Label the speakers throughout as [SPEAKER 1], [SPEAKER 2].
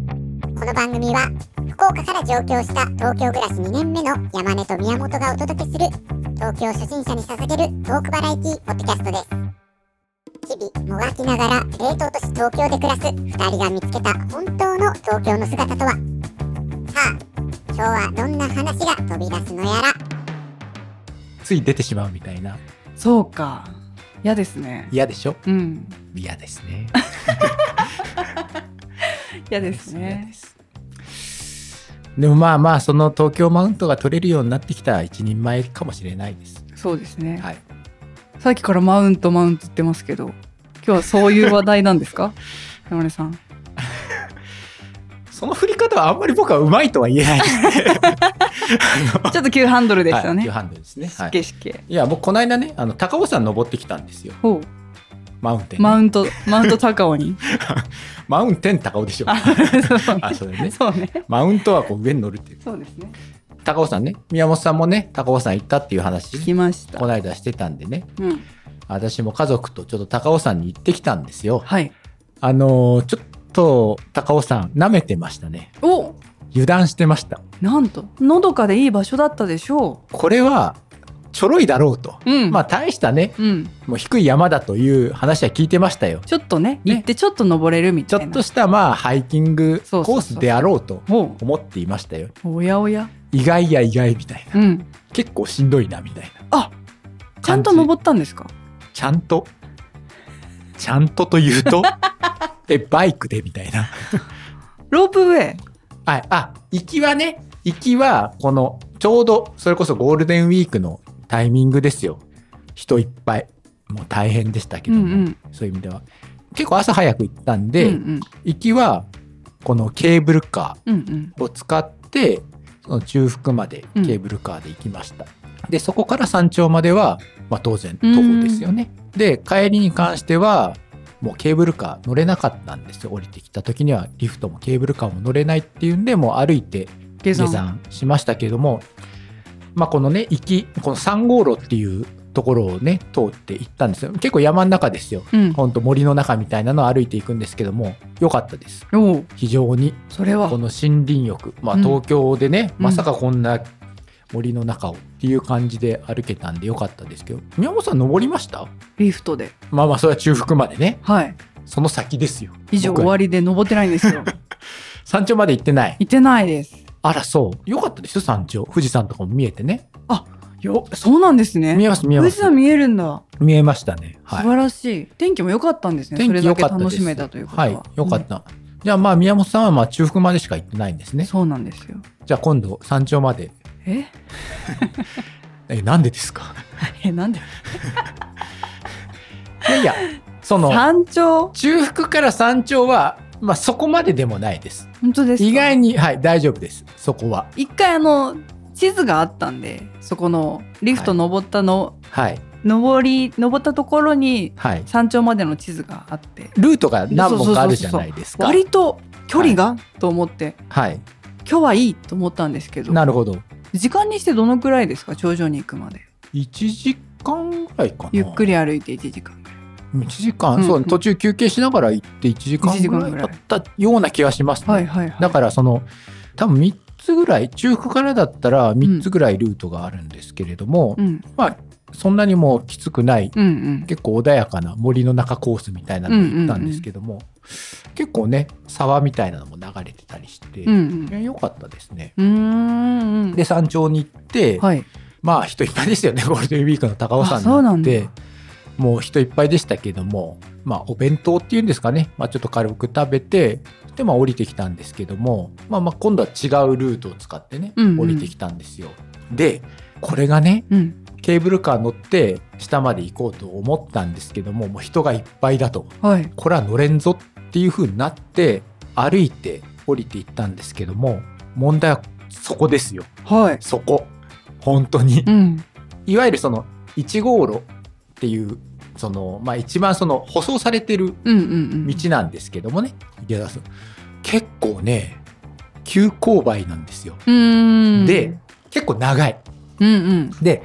[SPEAKER 1] この番組は福岡から上京した東京暮らし2年目の山根と宮本がお届けする東京初心者に捧げるトークバラエティポッドキャストです日々もがきながら冷凍都市東京で暮らす2人が見つけた本当の東京の姿とはさあ今日はどんな話が飛び出すのやら
[SPEAKER 2] つい出てしまうみたいな
[SPEAKER 3] そうか嫌ですね
[SPEAKER 2] 嫌でしょ
[SPEAKER 3] うん
[SPEAKER 2] 嫌ですね
[SPEAKER 3] 嫌ですね
[SPEAKER 2] ですでもまあまあその東京マウントが取れるようになってきた一人前かもしれないです
[SPEAKER 3] そうですね、
[SPEAKER 2] はい
[SPEAKER 3] さっきからマウントマウント言ってますけど今日はそういう話題なんです か山根さん
[SPEAKER 2] その振り方はあんまり僕はうまいとは言えないですね
[SPEAKER 3] ちょっと急ハンドルでした
[SPEAKER 2] はい
[SPEAKER 3] ね、
[SPEAKER 2] 急ハンドルですね、は
[SPEAKER 3] し
[SPEAKER 2] い、
[SPEAKER 3] けしけ
[SPEAKER 2] いや僕この間ねあの高尾山登ってきたんですよ
[SPEAKER 3] ほ
[SPEAKER 2] マウンテンね、
[SPEAKER 3] うマウントマウント高尾に
[SPEAKER 2] マウンテン高尾でしょ
[SPEAKER 3] あそうね
[SPEAKER 2] あそうだよね
[SPEAKER 3] そうね
[SPEAKER 2] マウントはこう上に乗るっていう
[SPEAKER 3] そうですね
[SPEAKER 2] 高尾山ね宮本さんもね高尾山行ったっていう話
[SPEAKER 3] 聞きました
[SPEAKER 2] この間してたんでね
[SPEAKER 3] うん
[SPEAKER 2] 私も家族とちょっと高尾山に行ってきたんですよ
[SPEAKER 3] はい
[SPEAKER 2] あのーちょっと高尾山舐めてましたね
[SPEAKER 3] お
[SPEAKER 2] 油断してました
[SPEAKER 3] なんとのどかでいい場所だったでしょ
[SPEAKER 2] これはちょろいだろうと、
[SPEAKER 3] ううん
[SPEAKER 2] まあ大したね
[SPEAKER 3] うん
[SPEAKER 2] もう低い山だという話は聞いてましたよ
[SPEAKER 3] ちょっとね
[SPEAKER 2] ね
[SPEAKER 3] 行ってちょっと登れるみ
[SPEAKER 2] ち
[SPEAKER 3] た
[SPEAKER 2] ょ
[SPEAKER 3] い
[SPEAKER 2] っ
[SPEAKER 3] な
[SPEAKER 2] としたまあハイキングコ
[SPEAKER 3] そうそうそ
[SPEAKER 2] ー
[SPEAKER 3] う
[SPEAKER 2] スであろうと
[SPEAKER 3] ほ
[SPEAKER 2] 思っていましたよ
[SPEAKER 3] うおやおや
[SPEAKER 2] 意外や意外みたいな
[SPEAKER 3] うん
[SPEAKER 2] 結構しんどいなみたいな
[SPEAKER 3] あちゃんと
[SPEAKER 2] 感じ
[SPEAKER 3] 登ったんですか
[SPEAKER 2] ちゃんとちゃんとという とえバイクでみたいな
[SPEAKER 3] ロープウェイ
[SPEAKER 2] はい、あ行きはね行きはこのちょうどそれこそゴールデンウィークのタイミングですよ人いっぱいもう大変でしたけども、
[SPEAKER 3] うんうん
[SPEAKER 2] そういう意味では結構朝早く行ったんで、
[SPEAKER 3] うんうん
[SPEAKER 2] 行きはこのケーブルカ
[SPEAKER 3] うんうん
[SPEAKER 2] ーを使ってその中腹までケーブルカーで行きました、でそこから山頂までは、まあ、当然徒歩ですよね、で帰りに関してはもうケーブルカー乗れなかったんですよ降りてきた時にはリフトもケーブルカーも乗れないっていうんでもう歩いて
[SPEAKER 3] 下
[SPEAKER 2] 下
[SPEAKER 3] 山
[SPEAKER 2] 山しましたけれども、まあ、このね行きこの3号路っていうところをね通って行ったんですよ結構山の中ですよ
[SPEAKER 3] うん
[SPEAKER 2] ほんと森の中みたいなのを歩いていくんですけども良かったです
[SPEAKER 3] おう
[SPEAKER 2] 非常に
[SPEAKER 3] それは
[SPEAKER 2] この森林浴まあ
[SPEAKER 3] うん
[SPEAKER 2] 東京でね、
[SPEAKER 3] うん
[SPEAKER 2] まさかこんな森の中をっていう感じで歩けたんで良かったですけど宮本さん登りました
[SPEAKER 3] リフトで
[SPEAKER 2] まあまあそれは中腹までね
[SPEAKER 3] はい
[SPEAKER 2] その先ですよ
[SPEAKER 3] 以上
[SPEAKER 2] 僕
[SPEAKER 3] 終わりで登ってないんで すよ
[SPEAKER 2] 山頂まで行ってない
[SPEAKER 3] 行ってないです
[SPEAKER 2] あらそう良かったですよ山頂富士山とかも見えてね
[SPEAKER 3] よそうなんです
[SPEAKER 2] 見
[SPEAKER 3] ね
[SPEAKER 2] えます見えま
[SPEAKER 3] 富
[SPEAKER 2] す
[SPEAKER 3] 士山見えるんだ
[SPEAKER 2] 見えましたね。
[SPEAKER 3] 素
[SPEAKER 2] はい。
[SPEAKER 3] 晴らしい天気も良かったんですね
[SPEAKER 2] 天
[SPEAKER 3] それ
[SPEAKER 2] 気
[SPEAKER 3] だ
[SPEAKER 2] 良
[SPEAKER 3] け
[SPEAKER 2] かったです。
[SPEAKER 3] 楽しめたということ
[SPEAKER 2] は、
[SPEAKER 3] はい
[SPEAKER 2] 良かった。じゃあまあ宮本さんはまあ中腹までしか行ってないんです
[SPEAKER 3] うん
[SPEAKER 2] ね。
[SPEAKER 3] そうなんですよ
[SPEAKER 2] じゃあ今度山頂まで。
[SPEAKER 3] え
[SPEAKER 2] え、なんでです か
[SPEAKER 3] えなんで
[SPEAKER 2] いやいや、その、
[SPEAKER 3] 山頂
[SPEAKER 2] 中腹から山頂は、まあそこまででもないです。
[SPEAKER 3] 本当ですか
[SPEAKER 2] 意外に、はい、大丈夫です。そこは。
[SPEAKER 3] 一回あの地図があったんでそこのリフト登ったの、
[SPEAKER 2] はい、
[SPEAKER 3] 登り登ったところに
[SPEAKER 2] はい。
[SPEAKER 3] 山頂までの地図があって
[SPEAKER 2] ルートが何本かあるじゃないですか。
[SPEAKER 3] 割と距離が、と思って
[SPEAKER 2] はい。
[SPEAKER 3] 今日はいいと思ったんですけど
[SPEAKER 2] なるほど。
[SPEAKER 3] 時間にしてどのくらいですか頂上に行くまで
[SPEAKER 2] 1時間ぐらいかな。
[SPEAKER 3] ゆっくり歩いて1時間
[SPEAKER 2] 1時間、
[SPEAKER 3] うん
[SPEAKER 2] そううん途中休憩しながら行って1時間
[SPEAKER 3] 1時
[SPEAKER 2] ぐら
[SPEAKER 3] 間
[SPEAKER 2] い
[SPEAKER 3] ぐ
[SPEAKER 2] だ
[SPEAKER 3] らい
[SPEAKER 2] ったような気がしますね、
[SPEAKER 3] はいはいはい
[SPEAKER 2] だからその多分3つぐらい中腹からだったら3つぐらいルートがあるんですけれども、
[SPEAKER 3] うん
[SPEAKER 2] まあそんなにもうきつくない
[SPEAKER 3] うんうん
[SPEAKER 2] 結構穏やかな森の中コースみたいなのに行ったんですけども、結構ね沢みたいなのも流れてたりして、
[SPEAKER 3] う
[SPEAKER 2] い
[SPEAKER 3] ん
[SPEAKER 2] や良かったですね。
[SPEAKER 3] うんうーん
[SPEAKER 2] で山頂に行って、
[SPEAKER 3] はい
[SPEAKER 2] まあ人いっぱいでしたよね ゴールデンウィークの高尾山
[SPEAKER 3] あそうな
[SPEAKER 2] なん
[SPEAKER 3] ん
[SPEAKER 2] て
[SPEAKER 3] だ
[SPEAKER 2] もう人いっぱいでしたけどもまあお弁当っていうんですかね、まあ、ちょっと軽く食べてでまあ降りてきたんですけども、まあ、まあ今度は違うルートを使ってね
[SPEAKER 3] うんうん
[SPEAKER 2] 降りてきたんですよ。でこれがね
[SPEAKER 3] うん
[SPEAKER 2] ケーブルカー乗って下まで行こうと思ったんですけどももう人がいっぱいだと
[SPEAKER 3] はい
[SPEAKER 2] これは乗れんぞっていう風になって歩いて降りていったんですけども問題はそこですよ
[SPEAKER 3] はい
[SPEAKER 2] そこ本当に
[SPEAKER 3] う。ん
[SPEAKER 2] いわゆるその1号路っていうその、まあ、一番その舗装されてる
[SPEAKER 3] うんうんうん
[SPEAKER 2] 道なんですけどもね、池田さん結構ね急勾配なんですよ、
[SPEAKER 3] うーん
[SPEAKER 2] で結構長い
[SPEAKER 3] うんうん
[SPEAKER 2] で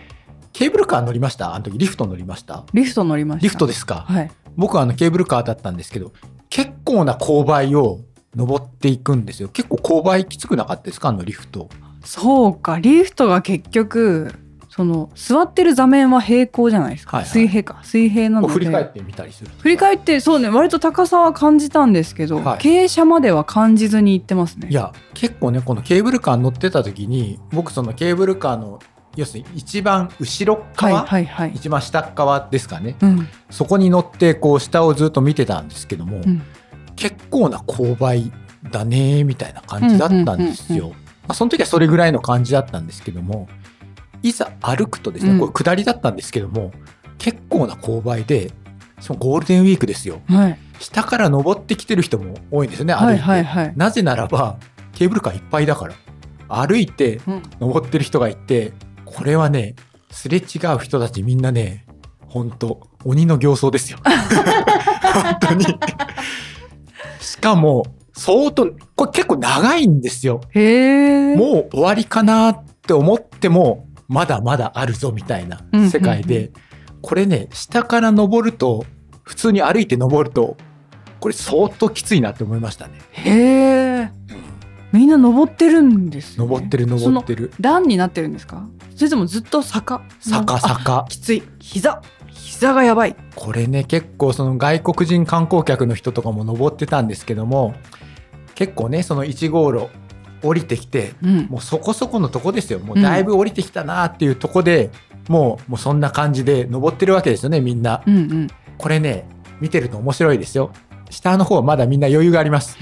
[SPEAKER 2] ケーブルカー乗りましたあの時リフト乗りました
[SPEAKER 3] リフト乗りました
[SPEAKER 2] リフト
[SPEAKER 3] で
[SPEAKER 2] ですか
[SPEAKER 3] はい
[SPEAKER 2] 僕はあのケーブルカーだったんですけど結構な勾配を登っていくんですよ結構勾配きつくなかったですかあのリフト
[SPEAKER 3] そうかリフトが結局その座ってる座面は平行じゃないですか、
[SPEAKER 2] はいはい
[SPEAKER 3] 水平か水平な
[SPEAKER 2] こ
[SPEAKER 3] の
[SPEAKER 2] う
[SPEAKER 3] で
[SPEAKER 2] 振り返ってみたりする
[SPEAKER 3] 振り返ってそうね割と高さは感じたんですけど、
[SPEAKER 2] はい
[SPEAKER 3] 傾斜までは感じずに行ってますね
[SPEAKER 2] いや結構ねこのケーブルカー乗ってた時に僕そのケーブルカーの要するに一番後ろっ
[SPEAKER 3] はい
[SPEAKER 2] 側、
[SPEAKER 3] はいはい
[SPEAKER 2] 一番下っ側ですかね
[SPEAKER 3] うん
[SPEAKER 2] そこに乗ってこう下をずっと見てたんですけども、
[SPEAKER 3] うん
[SPEAKER 2] 結構な勾配だねみたいな感じだったんですよ。まあその時はそれぐらいの感じだったんですけどもいざ歩くとですね、
[SPEAKER 3] うん
[SPEAKER 2] これ下りだったんですけども結構な勾配でそのゴールデンウィークですよ
[SPEAKER 3] はい
[SPEAKER 2] 下から登ってきてる人も多いんですよね歩いて、
[SPEAKER 3] はいはいはい
[SPEAKER 2] なぜならばケーブルカーいっぱいだから歩いて
[SPEAKER 3] うん
[SPEAKER 2] 登ってる人がいてこれはねすれ違う人たちみんなね本当鬼の形相ですよ本当にしかも相当これ結構長いんですよ
[SPEAKER 3] へえ
[SPEAKER 2] もう終わりかなって思ってもまだまだあるぞみたいな
[SPEAKER 3] うん
[SPEAKER 2] 世界で、
[SPEAKER 3] うん
[SPEAKER 2] これね下から登ると普通に歩いて登るとこれ相当きついなって思いましたね
[SPEAKER 3] へえみんな登ってるんです、ね、
[SPEAKER 2] 登ってる登ってる
[SPEAKER 3] 段になってるんですかそれともずっと坂
[SPEAKER 2] 坂
[SPEAKER 3] あ
[SPEAKER 2] 坂
[SPEAKER 3] きつい膝膝がやばい
[SPEAKER 2] これね結構その外国人観光客の人とかも登ってたんですけども結構ねその1号路降りてきて
[SPEAKER 3] うん
[SPEAKER 2] もうそこそこのとこですよもうだいぶ降りてきたなっていうとこで、もうもうそんな感じで登ってるわけですよねみんな
[SPEAKER 3] うんうん
[SPEAKER 2] これね見てると面白いですよ下の方はまだみんな余裕があります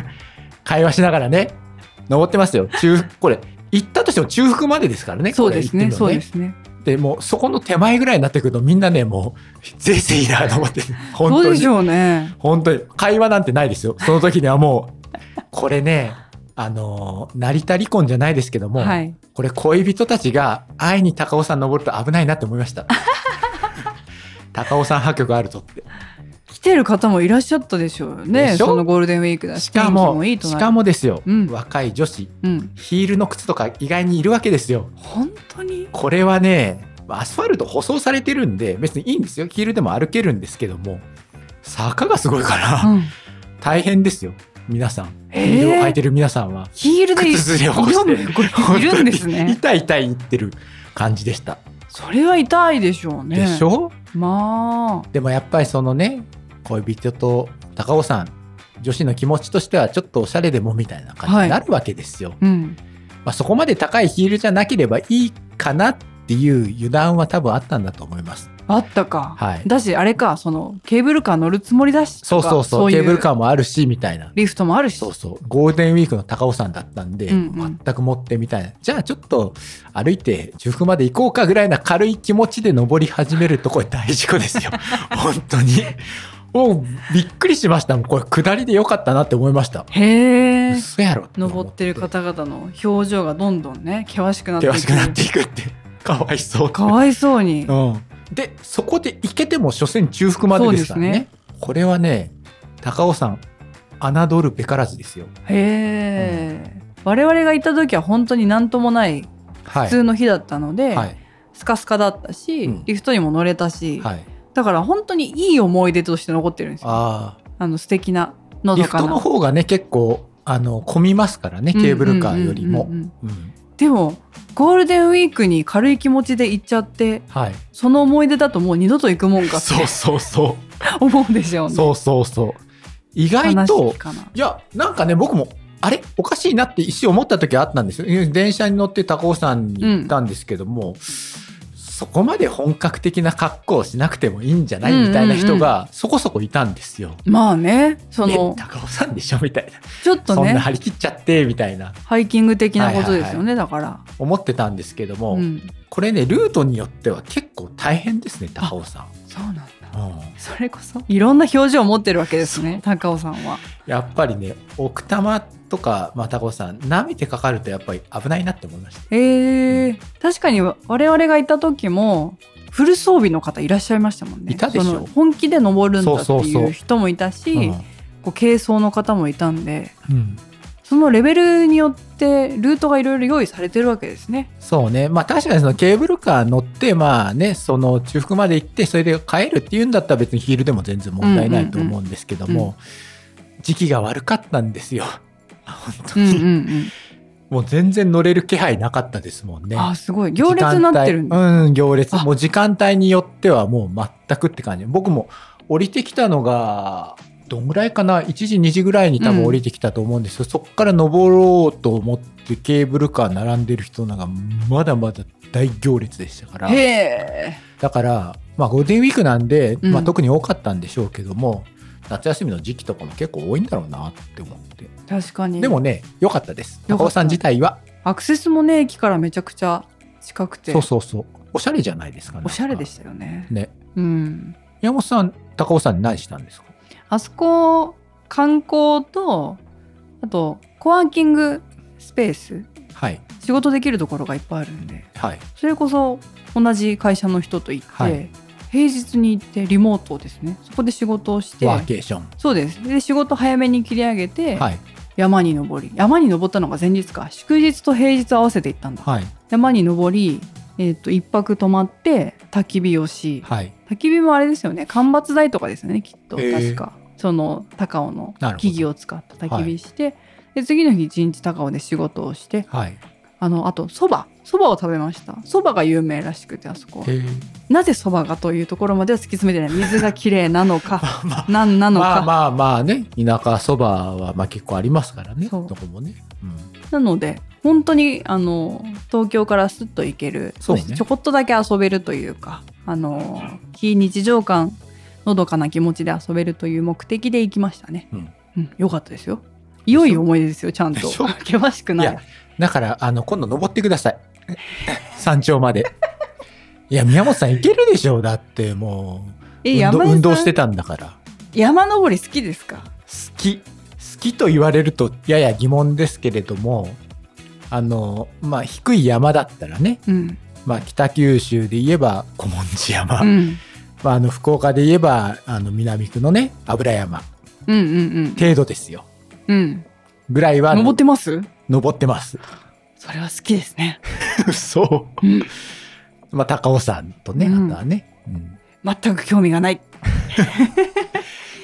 [SPEAKER 2] 会話しながらね登ってますよ中腹これ行ったとしても中腹までですからね
[SPEAKER 3] そうです
[SPEAKER 2] これ行ってみ
[SPEAKER 3] ね
[SPEAKER 2] るの
[SPEAKER 3] そうですね
[SPEAKER 2] でもうそこの手前ぐらいになってくるとみんなねもうぜいぜいだと思 って
[SPEAKER 3] ど
[SPEAKER 2] 本
[SPEAKER 3] う
[SPEAKER 2] 当
[SPEAKER 3] でし
[SPEAKER 2] に
[SPEAKER 3] ょうね
[SPEAKER 2] 本当に会話なんてないですよその時にはもう これねあのー成田離婚じゃないですけども、
[SPEAKER 3] はい
[SPEAKER 2] これ恋人たちが愛に高尾山登ると危ないなって思いました 高尾山破局あるぞって
[SPEAKER 3] 来てる方もいらっしゃったでしょうね
[SPEAKER 2] でしょ
[SPEAKER 3] そのゴールデンウィークだ
[SPEAKER 2] しかも
[SPEAKER 3] 天気もいいと
[SPEAKER 2] し
[SPEAKER 3] な
[SPEAKER 2] かもですよ、
[SPEAKER 3] うん
[SPEAKER 2] 若い女子
[SPEAKER 3] うん
[SPEAKER 2] ヒールの靴とか意外にいるわけですよ
[SPEAKER 3] 本当に
[SPEAKER 2] これはねアスファルト舗装されてるんで別にいいんですよヒールでも歩けるんですけども坂がすごいから、
[SPEAKER 3] うん
[SPEAKER 2] 大変ですよ皆さんヒ
[SPEAKER 3] えー
[SPEAKER 2] ールを履いてる皆さんは、
[SPEAKER 3] ヒールでい
[SPEAKER 2] 靴ずれを起こして
[SPEAKER 3] いるいるんです
[SPEAKER 2] 本当に
[SPEAKER 3] ね
[SPEAKER 2] 痛い痛い言ってる感じでした、
[SPEAKER 3] それは痛いでしょうね
[SPEAKER 2] でしょ
[SPEAKER 3] まあ
[SPEAKER 2] でもやっぱりそのね恋人と高尾山女子の気持ちとしてはちょっとおしゃれでもみたいな感じになるわけですよ、
[SPEAKER 3] うん
[SPEAKER 2] まあ、そこまで高いヒールじゃなければいいかなっていう油断は多分あったんだと思います。
[SPEAKER 3] あったか、
[SPEAKER 2] はい
[SPEAKER 3] だしあれかそのケーブルカー乗るつもりだしと
[SPEAKER 2] そう
[SPEAKER 3] か
[SPEAKER 2] そうそう
[SPEAKER 3] い
[SPEAKER 2] ケーブルカーもあるしみたいな。
[SPEAKER 3] リフトもあるし
[SPEAKER 2] そうそうゴールデンウィークの高尾山だったんで、
[SPEAKER 3] うんうん
[SPEAKER 2] 全く持ってみたいなじゃあちょっと歩いて中腹まで行こうかぐらいな軽い気持ちで登り始めるとこれ大事故です よ本当にもうびっくりしましたもうこれ下りでよかったなって思いました
[SPEAKER 3] へえ
[SPEAKER 2] 嘘やろて思
[SPEAKER 3] 登ってる方々の表情がどんどんね険しくなってい
[SPEAKER 2] 険
[SPEAKER 3] く
[SPEAKER 2] しくなっていくってかわいそう
[SPEAKER 3] かわいそうに
[SPEAKER 2] うん、でそこで行けても所詮中腹までですからね
[SPEAKER 3] そうです
[SPEAKER 2] これはね高尾山侮るべからずですよ
[SPEAKER 3] へえ、我々が行った時は本当に何ともない
[SPEAKER 2] は
[SPEAKER 3] 普
[SPEAKER 2] い
[SPEAKER 3] 通の日だったので、
[SPEAKER 2] はい
[SPEAKER 3] スカスカだったし、
[SPEAKER 2] うん
[SPEAKER 3] リフトにも乗れたし、
[SPEAKER 2] はい
[SPEAKER 3] だから本当にいい思い出として残ってるんですよあ
[SPEAKER 2] あ
[SPEAKER 3] の素敵
[SPEAKER 2] あ
[SPEAKER 3] なの
[SPEAKER 2] リ
[SPEAKER 3] ど
[SPEAKER 2] フ
[SPEAKER 3] か
[SPEAKER 2] トの
[SPEAKER 3] な
[SPEAKER 2] 方がね結構あの混みますからねケーブルカーより
[SPEAKER 3] う
[SPEAKER 2] も
[SPEAKER 3] んうんうんうんうん
[SPEAKER 2] うん
[SPEAKER 3] でもゴールデンウィークに軽い気持ちで行っちゃって
[SPEAKER 2] はい
[SPEAKER 3] その思い出だともう二度と行くもんかって
[SPEAKER 2] そうそうそ
[SPEAKER 3] 思うでしょう
[SPEAKER 2] う
[SPEAKER 3] ね
[SPEAKER 2] そうそうそう意
[SPEAKER 3] 悲
[SPEAKER 2] 外
[SPEAKER 3] し
[SPEAKER 2] と
[SPEAKER 3] いかない
[SPEAKER 2] やなんかね僕もあれおかしいなって一瞬思った時はあったんですよ電車に乗って高尾山に行ったんですけども、そこまで本格的な格好をしなくてもいいんじゃない
[SPEAKER 3] うんうんうん
[SPEAKER 2] みたいな人がそこそこいたんですよ。
[SPEAKER 3] まあねそ
[SPEAKER 2] え
[SPEAKER 3] の
[SPEAKER 2] 高尾山でしょみたいな、
[SPEAKER 3] ちょっと
[SPEAKER 2] そんな
[SPEAKER 3] ね
[SPEAKER 2] 張り切っちゃってみたいな
[SPEAKER 3] ハイキング的なことですよね、だか
[SPEAKER 2] 思ってたんですけども、
[SPEAKER 3] ら、うん、
[SPEAKER 2] これねルートによっては結構大変ですね高尾山、
[SPEAKER 3] そうなんだ
[SPEAKER 2] うん
[SPEAKER 3] それこそいろんな表情を持ってるわけですね高尾さんは
[SPEAKER 2] やっぱりね奥多摩とか、まあ、高尾山舐めてかかるとやっぱり危ないなって思いました。
[SPEAKER 3] えー、確かに我々がいた時もフル装備の方いらっしゃいましたもんね
[SPEAKER 2] いたでしょ
[SPEAKER 3] その本気で登るんだって
[SPEAKER 2] そうそうそ
[SPEAKER 3] いうう人もいたし
[SPEAKER 2] うん
[SPEAKER 3] こう軽装の方もいたんで
[SPEAKER 2] うん
[SPEAKER 3] そのレベルによってルートがいろいろ用意されてるわけですね
[SPEAKER 2] そうね、まあ、確かにそのケーブルカー乗って、まあね、その中腹まで行ってそれで帰るっていうんだったら別にヒールでも全然問題ないと思うんですけども、時期が悪かったんですよ。 本当
[SPEAKER 3] うんうん
[SPEAKER 2] に、
[SPEAKER 3] うん。
[SPEAKER 2] もう全然乗れる気配なかったですもんね。
[SPEAKER 3] あー、すごい。行列になってる
[SPEAKER 2] 時間
[SPEAKER 3] んだ。
[SPEAKER 2] 帯うん、行列。
[SPEAKER 3] あ
[SPEAKER 2] もう時間帯によってはもう全くって感じ。僕も降りてきたのが、どんぐらいかな ?1 時、2時ぐらいに多分降りてきたと思うんですよ。そこから登ろうと思ってケーブルカー並んでる人なんかまだまだ大行列でしたから。
[SPEAKER 3] へえ。
[SPEAKER 2] だから、まあゴールデンウィークなんで、
[SPEAKER 3] うん
[SPEAKER 2] まあ特に多かったんでしょうけども、夏休みの時期とかも結構多いんだろうなって思って。
[SPEAKER 3] 確かに。
[SPEAKER 2] でもね、良かったです。
[SPEAKER 3] 良か
[SPEAKER 2] 高
[SPEAKER 3] った
[SPEAKER 2] 尾さん自体は。
[SPEAKER 3] アクセスもね、駅からめちゃくちゃ近くて。
[SPEAKER 2] そうそうそう。おしゃれじゃないですかね。
[SPEAKER 3] おしゃれでしたよね。
[SPEAKER 2] ね。
[SPEAKER 3] うん。
[SPEAKER 2] 山本さん、高尾さん何したんですか
[SPEAKER 3] あそこ、観光と、あと、コワーキングスペース、
[SPEAKER 2] はい。
[SPEAKER 3] 仕事できるところがいっぱいあるんで、
[SPEAKER 2] はい。
[SPEAKER 3] それこそ同じ会社の人と行って、
[SPEAKER 2] はい
[SPEAKER 3] 平日に行ってリモートですね。そこで仕事をして、
[SPEAKER 2] ワーケーション。
[SPEAKER 3] そうです。で、仕事早めに切り上げて、
[SPEAKER 2] はい。
[SPEAKER 3] 山に登り、山に登ったのが前日か、祝日と平日合わせて行ったんだ。
[SPEAKER 2] はい。
[SPEAKER 3] 山に登り、えっ、と、一泊泊まって、焚き火をし、
[SPEAKER 2] はい。
[SPEAKER 3] 焚き火もあれですよね間伐材とかですよねきっと
[SPEAKER 2] へー
[SPEAKER 3] 確かその高尾の
[SPEAKER 2] なるほど
[SPEAKER 3] 木々を使った焚き火して、で次の日一日高尾で仕事をして
[SPEAKER 2] はい。
[SPEAKER 3] あのあとそばそばを食べましたそばが有名らしくてあそこは
[SPEAKER 2] へえ。
[SPEAKER 3] なぜそばがというところまでは突き詰めてない水がきれいなのか
[SPEAKER 2] まあ
[SPEAKER 3] なんなのか、
[SPEAKER 2] まあまあまあね、田舎そばはまあ結構ありますからね、
[SPEAKER 3] そう
[SPEAKER 2] どこもね。うん
[SPEAKER 3] なので本当にあの東京からスッと行ける
[SPEAKER 2] そうね
[SPEAKER 3] そしてちょこっとだけ遊べるというかあの非日常感のどかな気持ちで遊べるという目的で行きましたね、
[SPEAKER 2] うん
[SPEAKER 3] よかったですよ良い思い出ですよちゃんと
[SPEAKER 2] でしょ
[SPEAKER 3] 険しくない
[SPEAKER 2] いやだから、あの、今度登ってくだ さい。山頂まで。いや、宮本さん行けるでしょだってもう、
[SPEAKER 3] え
[SPEAKER 2] 運
[SPEAKER 3] 山
[SPEAKER 2] 動
[SPEAKER 3] 根さん
[SPEAKER 2] 運動してたんだから。
[SPEAKER 3] 山登り好きですか
[SPEAKER 2] 好き好きと言われるとやや疑問ですけれどもあのまあ低い山だったらね、
[SPEAKER 3] うん、
[SPEAKER 2] まあ、北九州で言えば古文寺山、
[SPEAKER 3] うん、
[SPEAKER 2] まあ、あの福岡で言えばあの南区のね油山
[SPEAKER 3] うんうん
[SPEAKER 2] 程度ですよ
[SPEAKER 3] うんうん
[SPEAKER 2] ぐらいは
[SPEAKER 3] 登ってます
[SPEAKER 2] 登ってます
[SPEAKER 3] それは好きですね、
[SPEAKER 2] そううんまあ、高尾山とね
[SPEAKER 3] うん
[SPEAKER 2] あとはね、うん
[SPEAKER 3] 全く興味がない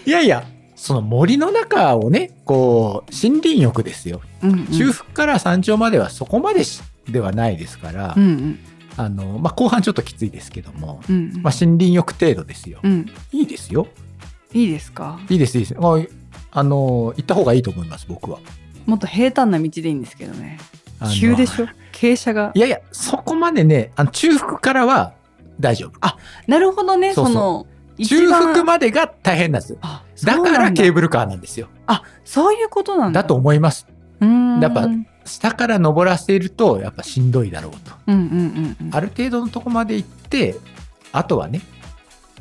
[SPEAKER 2] いやいやその森の中をねこう森林浴ですよ
[SPEAKER 3] うんうん
[SPEAKER 2] 中腹から山頂まではそこまでしではないですから、
[SPEAKER 3] うんうん
[SPEAKER 2] あの、まあ、後半ちょっときついですけども、
[SPEAKER 3] うんうん
[SPEAKER 2] まあ、森林浴程度ですよ。
[SPEAKER 3] うん
[SPEAKER 2] いいですよ。
[SPEAKER 3] いいですか
[SPEAKER 2] いいです、いいです。ああの、行った方がいいと思います、僕は。
[SPEAKER 3] もっと平坦な道でいいんですけどね
[SPEAKER 2] あの
[SPEAKER 3] 急でしょ傾斜が
[SPEAKER 2] いやいや、そこまでね、あの中腹からは大丈夫。あ、
[SPEAKER 3] なるほどね
[SPEAKER 2] そ
[SPEAKER 3] そ
[SPEAKER 2] そ
[SPEAKER 3] う
[SPEAKER 2] う
[SPEAKER 3] の一
[SPEAKER 2] 中
[SPEAKER 3] 番
[SPEAKER 2] 腹までが大変なんです。
[SPEAKER 3] あそう
[SPEAKER 2] だ
[SPEAKER 3] なん
[SPEAKER 2] からケーブルカーなんですよ。
[SPEAKER 3] あそういうことなんだ
[SPEAKER 2] だと思います。
[SPEAKER 3] うーん
[SPEAKER 2] やっぱ
[SPEAKER 3] うん
[SPEAKER 2] 下から登らせると、やっぱしんどいだろうと。
[SPEAKER 3] うんうんうん
[SPEAKER 2] ある程度のとこまで行って、あとはね、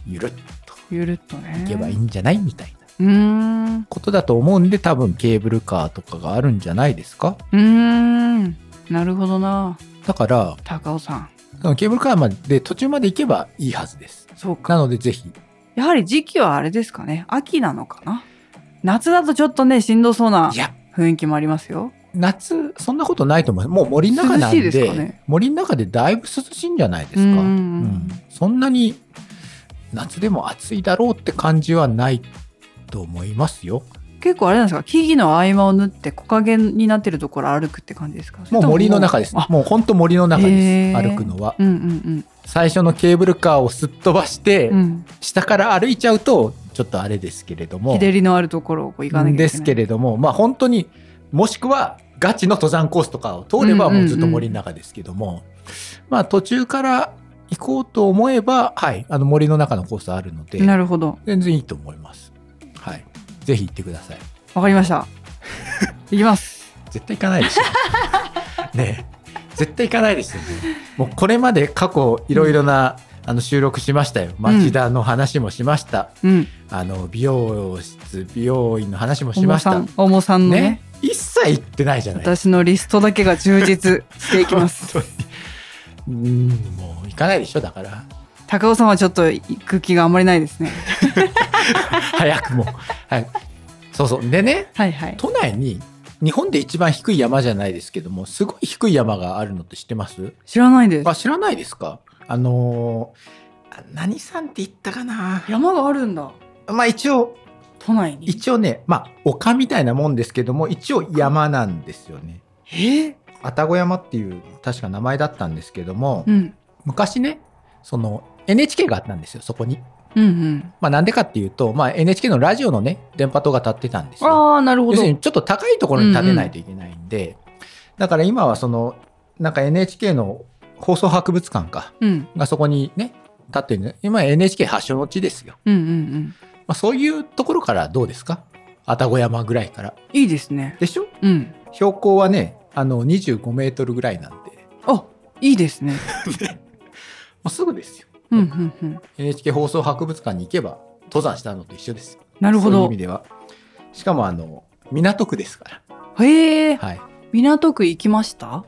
[SPEAKER 2] ゆるっと
[SPEAKER 3] ゆるっとね
[SPEAKER 2] 行けばいいんじゃないみたいな
[SPEAKER 3] うーんう
[SPEAKER 2] ことだと思うんで、多分ケーブルカーとかがあるんじゃないですか。
[SPEAKER 3] ーんなるほどな
[SPEAKER 2] だから、
[SPEAKER 3] 高尾さん
[SPEAKER 2] あのケーブルカーまで途中まで行けばいいはずです。
[SPEAKER 3] そうか
[SPEAKER 2] なのでぜひ。
[SPEAKER 3] やはり時期はあれですかね秋なのかな夏だとちょっとねしんどそうない
[SPEAKER 2] や、
[SPEAKER 3] 雰囲気もありますよ
[SPEAKER 2] 夏、そんなことないと思います。もう森の中なんで、
[SPEAKER 3] 涼しいですかね
[SPEAKER 2] 森の中でだいぶ涼しいんじゃないですか。
[SPEAKER 3] うんうんう
[SPEAKER 2] うんんそんなに夏でも暑いだろうって感じはないと思いますよ。
[SPEAKER 3] 結構あれなんですか木々の合間を縫って木陰になってるところ歩くって感じですかそれ
[SPEAKER 2] もう
[SPEAKER 3] と
[SPEAKER 2] 森の中です。
[SPEAKER 3] あ
[SPEAKER 2] もう本当森の中です。
[SPEAKER 3] へー
[SPEAKER 2] 歩くのは。
[SPEAKER 3] うんうん
[SPEAKER 2] 最初のケーブルカーをすっ飛ばして、
[SPEAKER 3] うんうん
[SPEAKER 2] 下から歩いちゃうと、ちょっとあれですけれども。
[SPEAKER 3] 日照りのあるところをこう行かなきゃいけない
[SPEAKER 2] ですけれども、まあ、本当にもしくはガチの登山コースとかを通れば
[SPEAKER 3] うんうん
[SPEAKER 2] も
[SPEAKER 3] うん
[SPEAKER 2] うずっと森の中ですけども、まあ、途中から行こうと思えば、はい、あの森の中のコースあるので
[SPEAKER 3] なるほど
[SPEAKER 2] 全然いいと思います、はい、ぜひ行ってください
[SPEAKER 3] わかりま した。いきます。
[SPEAKER 2] 絶対行かない ですよねえ絶対行かないですよねもうこれまで過去いろいろな、あの収録しましたよ町田の話もしました、
[SPEAKER 3] うん。
[SPEAKER 2] あの美容室美容院の話も
[SPEAKER 3] お
[SPEAKER 2] しま
[SPEAKER 3] も
[SPEAKER 2] し
[SPEAKER 3] さ
[SPEAKER 2] た
[SPEAKER 3] ん、おもさんのね、
[SPEAKER 2] ね一切行ってないじゃないですか
[SPEAKER 3] 私のリストだけが充実していき ます。
[SPEAKER 2] 本当にうんもう行かないでしょだから
[SPEAKER 3] 高尾さんはちょっと行く気があんまりないですね。
[SPEAKER 2] 早くも、 はい、そうそうでね
[SPEAKER 3] はいはい。
[SPEAKER 2] 都内に日本で一番低い山じゃないですけどもすごい低い山があるのって知ってます
[SPEAKER 3] 知らないです
[SPEAKER 2] あ。知らないですかあのーあ何山って言ったかな
[SPEAKER 3] 山があるんだ。
[SPEAKER 2] まあ一応
[SPEAKER 3] 都内に
[SPEAKER 2] 一応ねまあ丘みたいなもんですけども一応山なんですよね。
[SPEAKER 3] え
[SPEAKER 2] 愛宕山っていう確か名前だったんですけども、
[SPEAKER 3] うん
[SPEAKER 2] 昔ねその NHK があったんですよそこに。
[SPEAKER 3] うんうん
[SPEAKER 2] まあなんでかっていうと、まあ、NHK のラジオのね電波塔が立ってたんですよ。
[SPEAKER 3] ああなるほ
[SPEAKER 2] 要
[SPEAKER 3] ど
[SPEAKER 2] するにちょっと高いところに建てないといけないんで、だから今はそのなんか NHK の放送博物館か
[SPEAKER 3] うん
[SPEAKER 2] がそこにね立ってるね今 NHK 発祥の地ですよ、
[SPEAKER 3] うんうんうん
[SPEAKER 2] まあ、そういうところからどうですか愛宕山ぐらいから
[SPEAKER 3] いいですね
[SPEAKER 2] でしょ
[SPEAKER 3] うん
[SPEAKER 2] 標高はねあの25メートルぐらいなんで
[SPEAKER 3] あいいですね
[SPEAKER 2] もうすぐですよ
[SPEAKER 3] うんうんうん
[SPEAKER 2] NHK 放送博物館に行けば登山したのと一緒です
[SPEAKER 3] なるほ
[SPEAKER 2] そういう意
[SPEAKER 3] ど
[SPEAKER 2] 味ではしかもあの港区ですか
[SPEAKER 3] へえ
[SPEAKER 2] らはい
[SPEAKER 3] 港区行きました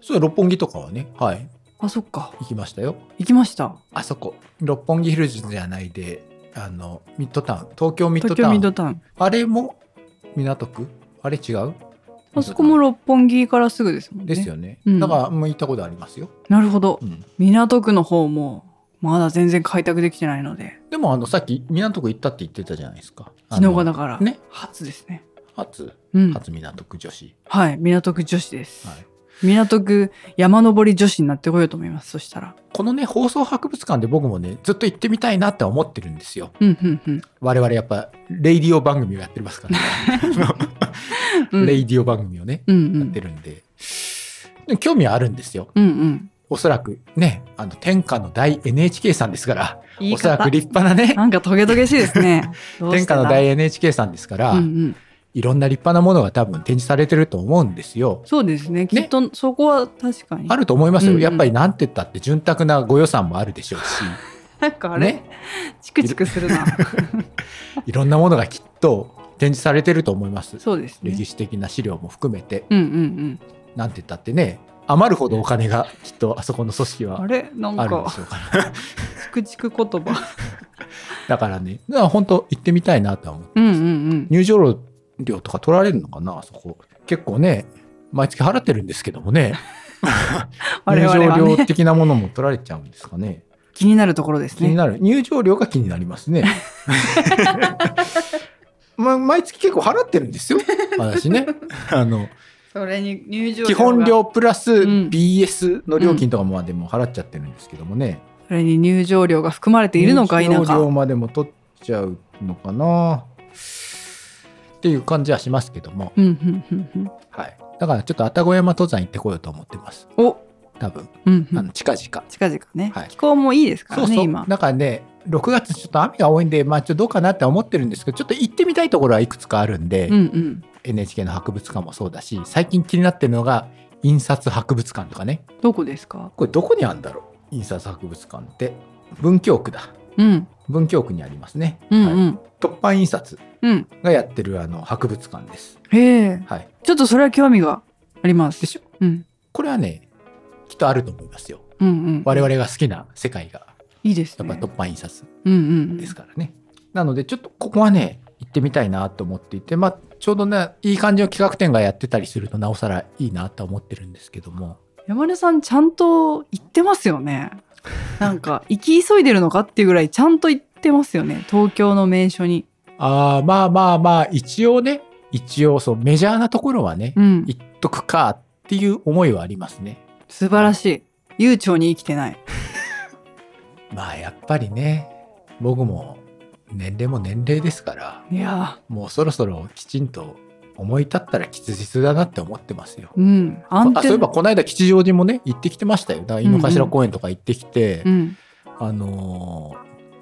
[SPEAKER 2] そう六本木とかはねはい
[SPEAKER 3] あそっか
[SPEAKER 2] 行きましたよ
[SPEAKER 3] 行きました
[SPEAKER 2] あそこ六本木ヒルズじゃないであのミッドタウン東京ミッド
[SPEAKER 3] 東
[SPEAKER 2] タ
[SPEAKER 3] 京
[SPEAKER 2] ウ
[SPEAKER 3] ミ
[SPEAKER 2] ン
[SPEAKER 3] ッドタウン
[SPEAKER 2] あれも港区あれ違う
[SPEAKER 3] あそこも六本木からすぐですもんね
[SPEAKER 2] ですよね。
[SPEAKER 3] うん
[SPEAKER 2] だから、もう行ったことありますよ。
[SPEAKER 3] なるほど
[SPEAKER 2] うん
[SPEAKER 3] 港区の方もまだ全然開拓できてないので
[SPEAKER 2] でも、あの、さっき港区行ったって言ってたじゃないですか。あ
[SPEAKER 3] 昨日
[SPEAKER 2] の
[SPEAKER 3] がだから
[SPEAKER 2] ね
[SPEAKER 3] 初ですね
[SPEAKER 2] 初、
[SPEAKER 3] うん
[SPEAKER 2] 初港区女子。
[SPEAKER 3] はい港区女子です、
[SPEAKER 2] はい
[SPEAKER 3] 港区山登り女子になってこようと思いますそしたら
[SPEAKER 2] このね、放送博物館で僕もね、ずっと行ってみたいなって思ってるんですよ。
[SPEAKER 3] うんうんうん
[SPEAKER 2] 我々やっぱ、レイディオ番組をやってますから、
[SPEAKER 3] うん
[SPEAKER 2] レイディオ番組をね、
[SPEAKER 3] うんう
[SPEAKER 2] やっ
[SPEAKER 3] ん
[SPEAKER 2] てるんで。でも興味はあるんですよ。
[SPEAKER 3] うんうん
[SPEAKER 2] おそらくね、あの、天下の大 NHK さんですから、
[SPEAKER 3] 言い
[SPEAKER 2] おそら
[SPEAKER 3] 方
[SPEAKER 2] く立派なね、
[SPEAKER 3] なんかトゲトゲしいです ねどう
[SPEAKER 2] 天
[SPEAKER 3] して
[SPEAKER 2] 下
[SPEAKER 3] だ
[SPEAKER 2] の大 NHK さんですから、
[SPEAKER 3] うんうん
[SPEAKER 2] いろんな立派なものが多分展示されてると思うんですよ。
[SPEAKER 3] そうですねきっとそこは確かに
[SPEAKER 2] あると思いますよ。
[SPEAKER 3] うんうん
[SPEAKER 2] やっぱりなんて言ったって潤沢なご予算もあるでしょうし、
[SPEAKER 3] なんかあれ、
[SPEAKER 2] ね
[SPEAKER 3] チクチクするな
[SPEAKER 2] いろんなものがきっと展示されてると思います。
[SPEAKER 3] そうですね
[SPEAKER 2] 歴史的な資料も含めて、
[SPEAKER 3] うんうん
[SPEAKER 2] なんて言ったってね、余るほどお金がきっとあそこの組織
[SPEAKER 3] うん
[SPEAKER 2] は
[SPEAKER 3] あれなん
[SPEAKER 2] あるんで
[SPEAKER 3] か
[SPEAKER 2] しょうから。
[SPEAKER 3] チクチク言葉
[SPEAKER 2] だからね、だから本当行ってみたいなとは思う。
[SPEAKER 3] うんうんうん
[SPEAKER 2] 入場料とか取られるのかな、あそこ。結構ね、毎月払ってるんですけどもね、
[SPEAKER 3] 我
[SPEAKER 2] 入
[SPEAKER 3] 々は
[SPEAKER 2] 場料
[SPEAKER 3] ね
[SPEAKER 2] 的なものも取られちゃうんですか ね。
[SPEAKER 3] 気になるところです
[SPEAKER 2] 気に
[SPEAKER 3] ね
[SPEAKER 2] なる、入場料が気になります ね。ま、毎月結構払ってるんですよ私 ねあの
[SPEAKER 3] それに入場料が
[SPEAKER 2] 基本料プラス
[SPEAKER 3] うん
[SPEAKER 2] BS の料金とかまでも払っちゃってるんですけどもね、
[SPEAKER 3] それに入場料が含まれているのか否
[SPEAKER 2] 入場料
[SPEAKER 3] か
[SPEAKER 2] までも取っちゃうのかなっていう感じはしますけども、
[SPEAKER 3] うんうんうんうん
[SPEAKER 2] はい、だからちょっと愛宕山登山行ってこようと思ってます
[SPEAKER 3] お
[SPEAKER 2] 多分
[SPEAKER 3] うんう
[SPEAKER 2] あ
[SPEAKER 3] ん
[SPEAKER 2] の近々。
[SPEAKER 3] 近々ね、
[SPEAKER 2] はい
[SPEAKER 3] 気候もいいですか
[SPEAKER 2] そう
[SPEAKER 3] らね
[SPEAKER 2] そう
[SPEAKER 3] 今
[SPEAKER 2] だからね6月ちょっと雨が多いんで、まあ、ちょっとどうかなって思ってるんですけどちょっと行ってみたいところはいくつかあるんで、
[SPEAKER 3] うんうん、
[SPEAKER 2] NHK の博物館もそうだし最近気になってるのが印刷博物館とかね
[SPEAKER 3] どこですか
[SPEAKER 2] これどこにあるんだろう印刷博物館って文京区だ
[SPEAKER 3] うん
[SPEAKER 2] 文京区にありますね、
[SPEAKER 3] うんう
[SPEAKER 2] はい、
[SPEAKER 3] ん、
[SPEAKER 2] 凸版印刷
[SPEAKER 3] うん
[SPEAKER 2] がやってるあの博物館です、
[SPEAKER 3] へえ
[SPEAKER 2] はい、
[SPEAKER 3] ちょっとそれは興味があります
[SPEAKER 2] でしょ
[SPEAKER 3] うん
[SPEAKER 2] これはねきっとあると思いますよ
[SPEAKER 3] うんうん
[SPEAKER 2] 我々が好きな世界が
[SPEAKER 3] いいです
[SPEAKER 2] やっ
[SPEAKER 3] ね
[SPEAKER 2] ぱ凸版印刷
[SPEAKER 3] うんうん
[SPEAKER 2] ですからね、なのでちょっとここはね行ってみたいなと思っていてまあちょうどねいい感じの企画展がやってたりするとなおさらいいなとは思ってるんですけども
[SPEAKER 3] 山根さんちゃんと行ってます よねなんか行き急いでるのかっていうぐらいちゃんと行ってますよね東京の名所に
[SPEAKER 2] ああまあまあまあ一応ね一応そうメジャーなところはね、
[SPEAKER 3] うん
[SPEAKER 2] 行っとくかっていう思いはありますね
[SPEAKER 3] 素晴らしい悠長に生きてない
[SPEAKER 2] まあやっぱりね僕も年齢も年齢ですから
[SPEAKER 3] いや
[SPEAKER 2] もうそろそろきちんと思い立ったら吉日だなって思ってますよ
[SPEAKER 3] ーうん
[SPEAKER 2] あ
[SPEAKER 3] 安定
[SPEAKER 2] そういえばこの間吉祥寺もね行ってきてましたよだから井の頭公園とか行ってきて、
[SPEAKER 3] うん、
[SPEAKER 2] あの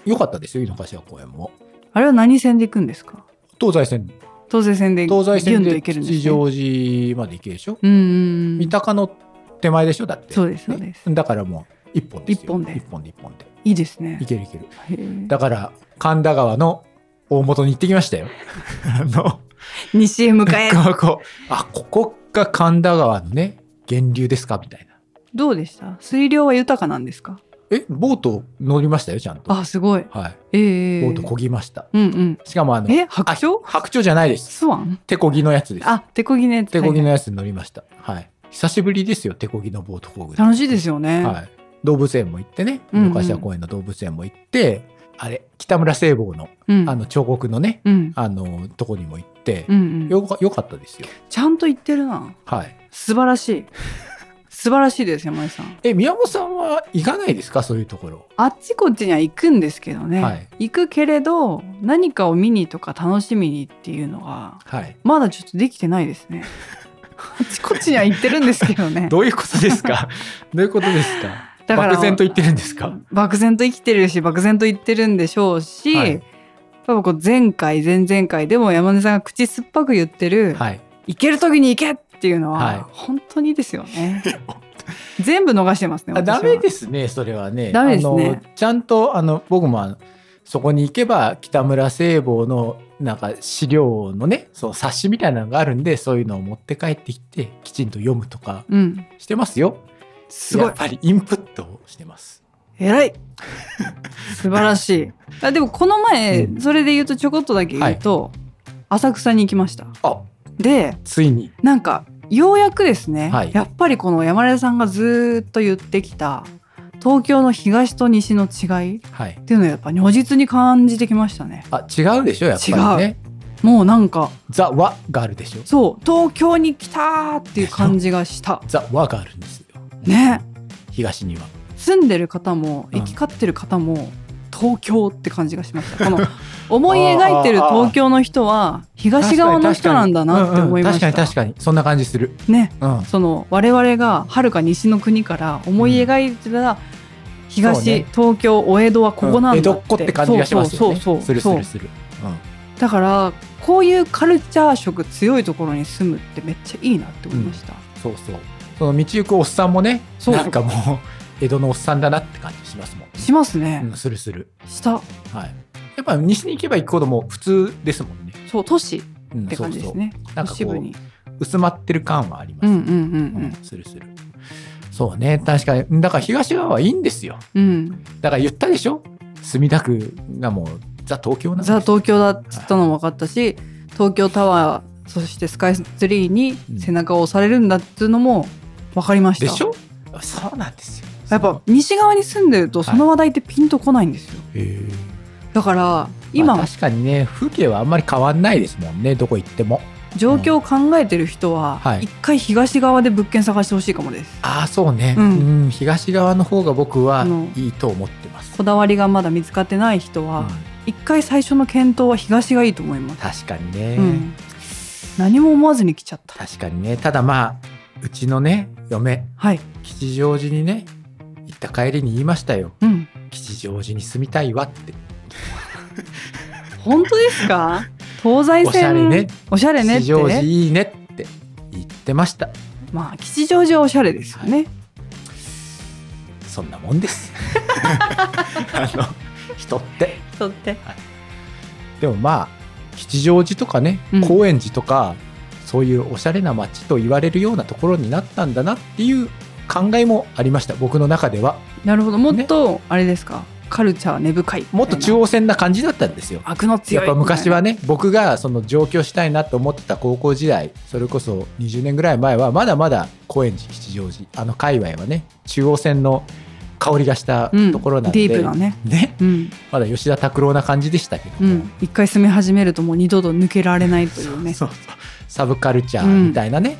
[SPEAKER 2] ー、よかったですよ井の頭公園も
[SPEAKER 3] あれは何線で行くんですか
[SPEAKER 2] 東西線
[SPEAKER 3] 東西線でギ
[SPEAKER 2] 東西
[SPEAKER 3] ュ
[SPEAKER 2] 線
[SPEAKER 3] ンと
[SPEAKER 2] で
[SPEAKER 3] 行けるんです、ね、
[SPEAKER 2] 吉祥寺まで行けるでしょ、
[SPEAKER 3] うんうんう
[SPEAKER 2] 三
[SPEAKER 3] ん
[SPEAKER 2] 鷹の手前でしょだって
[SPEAKER 3] そうです
[SPEAKER 2] ね
[SPEAKER 3] そうです
[SPEAKER 2] だからもう一本ですよ
[SPEAKER 3] 一本で
[SPEAKER 2] 一本で一本で
[SPEAKER 3] いいですね
[SPEAKER 2] いけるいける
[SPEAKER 3] へー
[SPEAKER 2] だから神田川の大元に行ってきましたよ あの
[SPEAKER 3] 西へ向かえ
[SPEAKER 2] ここあここが神田川のね源流ですかみたいな
[SPEAKER 3] どうでした水量は豊かなんですか
[SPEAKER 2] えボート乗りましたよちゃんと
[SPEAKER 3] あすごい
[SPEAKER 2] は
[SPEAKER 3] え
[SPEAKER 2] い
[SPEAKER 3] え
[SPEAKER 2] ボート漕ぎました、
[SPEAKER 3] うん
[SPEAKER 2] しかもあ
[SPEAKER 3] う
[SPEAKER 2] の
[SPEAKER 3] んえ白鳥
[SPEAKER 2] あ白鳥じゃないです
[SPEAKER 3] スワン
[SPEAKER 2] 手漕ぎのやつです
[SPEAKER 3] あ手こぎね
[SPEAKER 2] 手漕ぎの
[SPEAKER 3] はい
[SPEAKER 2] やつに乗りましたはい久しぶりですよ手漕ぎのボート漕ぐの
[SPEAKER 3] 楽しいですよね、
[SPEAKER 2] はい、動物園も行ってね
[SPEAKER 3] うんうん
[SPEAKER 2] 昔は公園の動物園も行って、あれ北村西望の
[SPEAKER 3] うん
[SPEAKER 2] あの彫刻のね、
[SPEAKER 3] うん
[SPEAKER 2] あのとこにも行って
[SPEAKER 3] う、んうん、
[SPEAKER 2] よかよかったですよ。
[SPEAKER 3] ちゃんと言ってるな
[SPEAKER 2] はい。
[SPEAKER 3] 素晴らし い素晴らしいです山井さん
[SPEAKER 2] え宮本さんは行かないですかそういうところ。
[SPEAKER 3] あっちこっちには行くんですけどね、
[SPEAKER 2] はい
[SPEAKER 3] 行くけれど何かを見にとか楽しみにっていうのが
[SPEAKER 2] はい。
[SPEAKER 3] まだちょっとできてないです ねあっちこっちには行ってるんですけどね
[SPEAKER 2] どういうことです か。どういうことですか。
[SPEAKER 3] だから
[SPEAKER 2] 漠然と言ってるんですか。
[SPEAKER 3] 漠然と生きてるし漠然と言ってるんでしょうし、
[SPEAKER 2] はい
[SPEAKER 3] やっぱこう前回前々回でも山根さんが口酸っぱく言ってる、
[SPEAKER 2] はい。
[SPEAKER 3] 行ける時に行けっていうのは、
[SPEAKER 2] はい
[SPEAKER 3] 本当にですよ ね全部逃してますね
[SPEAKER 2] あダメですすねそれはね。
[SPEAKER 3] ダメですね
[SPEAKER 2] あのちゃんとあの僕もあのそこに行けば北村西望のなんか資料のねそう冊子みたいなのがあるんでそういうのを持って帰ってきてきちんと読むとか
[SPEAKER 3] うん
[SPEAKER 2] してますよ。
[SPEAKER 3] すご
[SPEAKER 2] や
[SPEAKER 3] い
[SPEAKER 2] っぱりインプットをしてます。
[SPEAKER 3] 偉い素晴らしいあでもこの前、
[SPEAKER 2] うん
[SPEAKER 3] それで言うとちょこっとだけ言うと、浅草に行きました
[SPEAKER 2] あ
[SPEAKER 3] で
[SPEAKER 2] ついに
[SPEAKER 3] なんかようやくですね、
[SPEAKER 2] はい
[SPEAKER 3] やっぱりこの山根さんがずーっと言ってきた東京の東と西の違いっ
[SPEAKER 2] はい。
[SPEAKER 3] ていうのをやっぱ如実に感じてきましたね
[SPEAKER 2] あ違うでしょやっぱりね。
[SPEAKER 3] もうなんか
[SPEAKER 2] ザワがあるでしょ。
[SPEAKER 3] そう東京に来たーっていう感じがした
[SPEAKER 2] ザワがあるんですよ。
[SPEAKER 3] ね
[SPEAKER 2] 東には。
[SPEAKER 3] 住んでる方も
[SPEAKER 2] うん
[SPEAKER 3] 行き交ってる方も東京って感じがしました この思い描いてる東京の人は東側の人なんだなって思いました
[SPEAKER 2] 確かに確かにそんな感じする。
[SPEAKER 3] ね
[SPEAKER 2] うん。
[SPEAKER 3] その我々がはるか西の国から思い描いてた
[SPEAKER 2] そう
[SPEAKER 3] 東、
[SPEAKER 2] ね
[SPEAKER 3] 東京お江戸はここなんだって、
[SPEAKER 2] 江戸っ子って感じがしますよね。
[SPEAKER 3] そうそうそう
[SPEAKER 2] す
[SPEAKER 3] そう
[SPEAKER 2] るするする。
[SPEAKER 3] だからこういうカルチャー色強いところに住むってめっちゃいいなって思いました、
[SPEAKER 2] うん。そうそう。その道行くおっさんもね、
[SPEAKER 3] そう
[SPEAKER 2] なんかもう江戸のおっさんだなって感じしますもん。
[SPEAKER 3] しますね、
[SPEAKER 2] うん、するする。
[SPEAKER 3] 下
[SPEAKER 2] はい。やっぱ西に行けば行くほどもう普通ですもんね。
[SPEAKER 3] そう都市っ
[SPEAKER 2] うん、
[SPEAKER 3] て感じです
[SPEAKER 2] そう
[SPEAKER 3] ね
[SPEAKER 2] そう。なんか
[SPEAKER 3] 都市部
[SPEAKER 2] こ
[SPEAKER 3] に
[SPEAKER 2] う薄まってる感はあります
[SPEAKER 3] う
[SPEAKER 2] ね。
[SPEAKER 3] んうんうん
[SPEAKER 2] するする。そうね、確かに。だから東側はいいんですよ。
[SPEAKER 3] うんうん
[SPEAKER 2] だから言ったでしょ墨田区がもうザ東京なんです
[SPEAKER 3] ザ東京だっつったのも分かったし東京タワーそしてスカイツリーに背中を押されるんだっていうのも分かりました、
[SPEAKER 2] でしょそうなんですよ。
[SPEAKER 3] やっぱ西側に住んでるとその話題ってピンとこないんですよ、
[SPEAKER 2] へー
[SPEAKER 3] だから
[SPEAKER 2] 今、
[SPEAKER 3] 今、
[SPEAKER 2] まあ確かにね風景はあんまり変わんないですもんねどこ行っても。
[SPEAKER 3] 状況を考えてる人は
[SPEAKER 2] はい
[SPEAKER 3] 一回東側で物件探してほしいかもです、
[SPEAKER 2] ああそうね、
[SPEAKER 3] う
[SPEAKER 2] うんん東側の方が僕は
[SPEAKER 3] あの
[SPEAKER 2] いいと思ってます。
[SPEAKER 3] こだわりがまだ見つかってない人
[SPEAKER 2] う
[SPEAKER 3] は
[SPEAKER 2] ん
[SPEAKER 3] 一回最初の検討は東がいいと思います、
[SPEAKER 2] 確かにね、
[SPEAKER 3] うん、何も思わずに来ちゃった
[SPEAKER 2] 確かにねただまあうちのね嫁
[SPEAKER 3] はい、
[SPEAKER 2] 吉祥寺にね行った帰りに言いましたよ
[SPEAKER 3] うん、
[SPEAKER 2] 吉祥寺に住みたいわって
[SPEAKER 3] 本当ですか東西
[SPEAKER 2] おしゃれ
[SPEAKER 3] 線
[SPEAKER 2] ね
[SPEAKER 3] おしゃれねっ
[SPEAKER 2] 吉祥寺
[SPEAKER 3] て
[SPEAKER 2] いいねって言ってました
[SPEAKER 3] まあ吉祥寺はおしゃれですよね、
[SPEAKER 2] そんなもんです あの人って
[SPEAKER 3] 人って
[SPEAKER 2] でもまあ吉祥寺とかね、
[SPEAKER 3] うん
[SPEAKER 2] 高円寺とかそういうおしゃれな街と言われるようなところになったんだなっていう考えもありました僕の中では
[SPEAKER 3] なるほどもっとあれですか、カルチャー根深い
[SPEAKER 2] もっと中央線な感じだったんですよ
[SPEAKER 3] 悪の強
[SPEAKER 2] や
[SPEAKER 3] い
[SPEAKER 2] っぱ昔はね僕がその上京したいなと思ってた高校時代それこそ20年ぐらい前はまだまだ高円寺吉祥寺あの界隈はね中央線の香りがした
[SPEAKER 3] うん
[SPEAKER 2] ところなん
[SPEAKER 3] デ
[SPEAKER 2] で、
[SPEAKER 3] ィープなね、
[SPEAKER 2] ね
[SPEAKER 3] うん
[SPEAKER 2] まだ吉田拓郎な感じでしたけど
[SPEAKER 3] う
[SPEAKER 2] も、
[SPEAKER 3] ん、一回住み始めるともう二度と抜けられないというね
[SPEAKER 2] そうそうサブカルチャーみたいなね、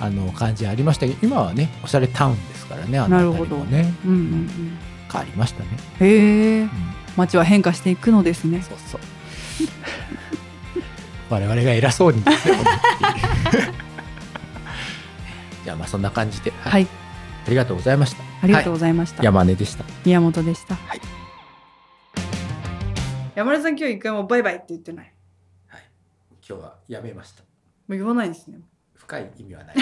[SPEAKER 2] あの感じありましたけど今はねおしゃれタウンですからねあの辺りもね
[SPEAKER 3] うんうん
[SPEAKER 2] 変わりましたね、
[SPEAKER 3] うん、へえ
[SPEAKER 2] う
[SPEAKER 3] 街は変化していくのです
[SPEAKER 2] ん、
[SPEAKER 3] ね
[SPEAKER 2] そうそう 我々が偉そうにですね本当に じゃあまあそんな感じで、は
[SPEAKER 3] はい
[SPEAKER 2] ありがとうございました
[SPEAKER 3] ありがとう
[SPEAKER 2] は
[SPEAKER 3] ございました、
[SPEAKER 2] い、山根でした
[SPEAKER 3] 宮本でした、
[SPEAKER 2] はい
[SPEAKER 3] 山根さん今日一回もバイバイって言ってない
[SPEAKER 2] 今日はやめました
[SPEAKER 3] もう言わないんですね
[SPEAKER 2] 深い意味はない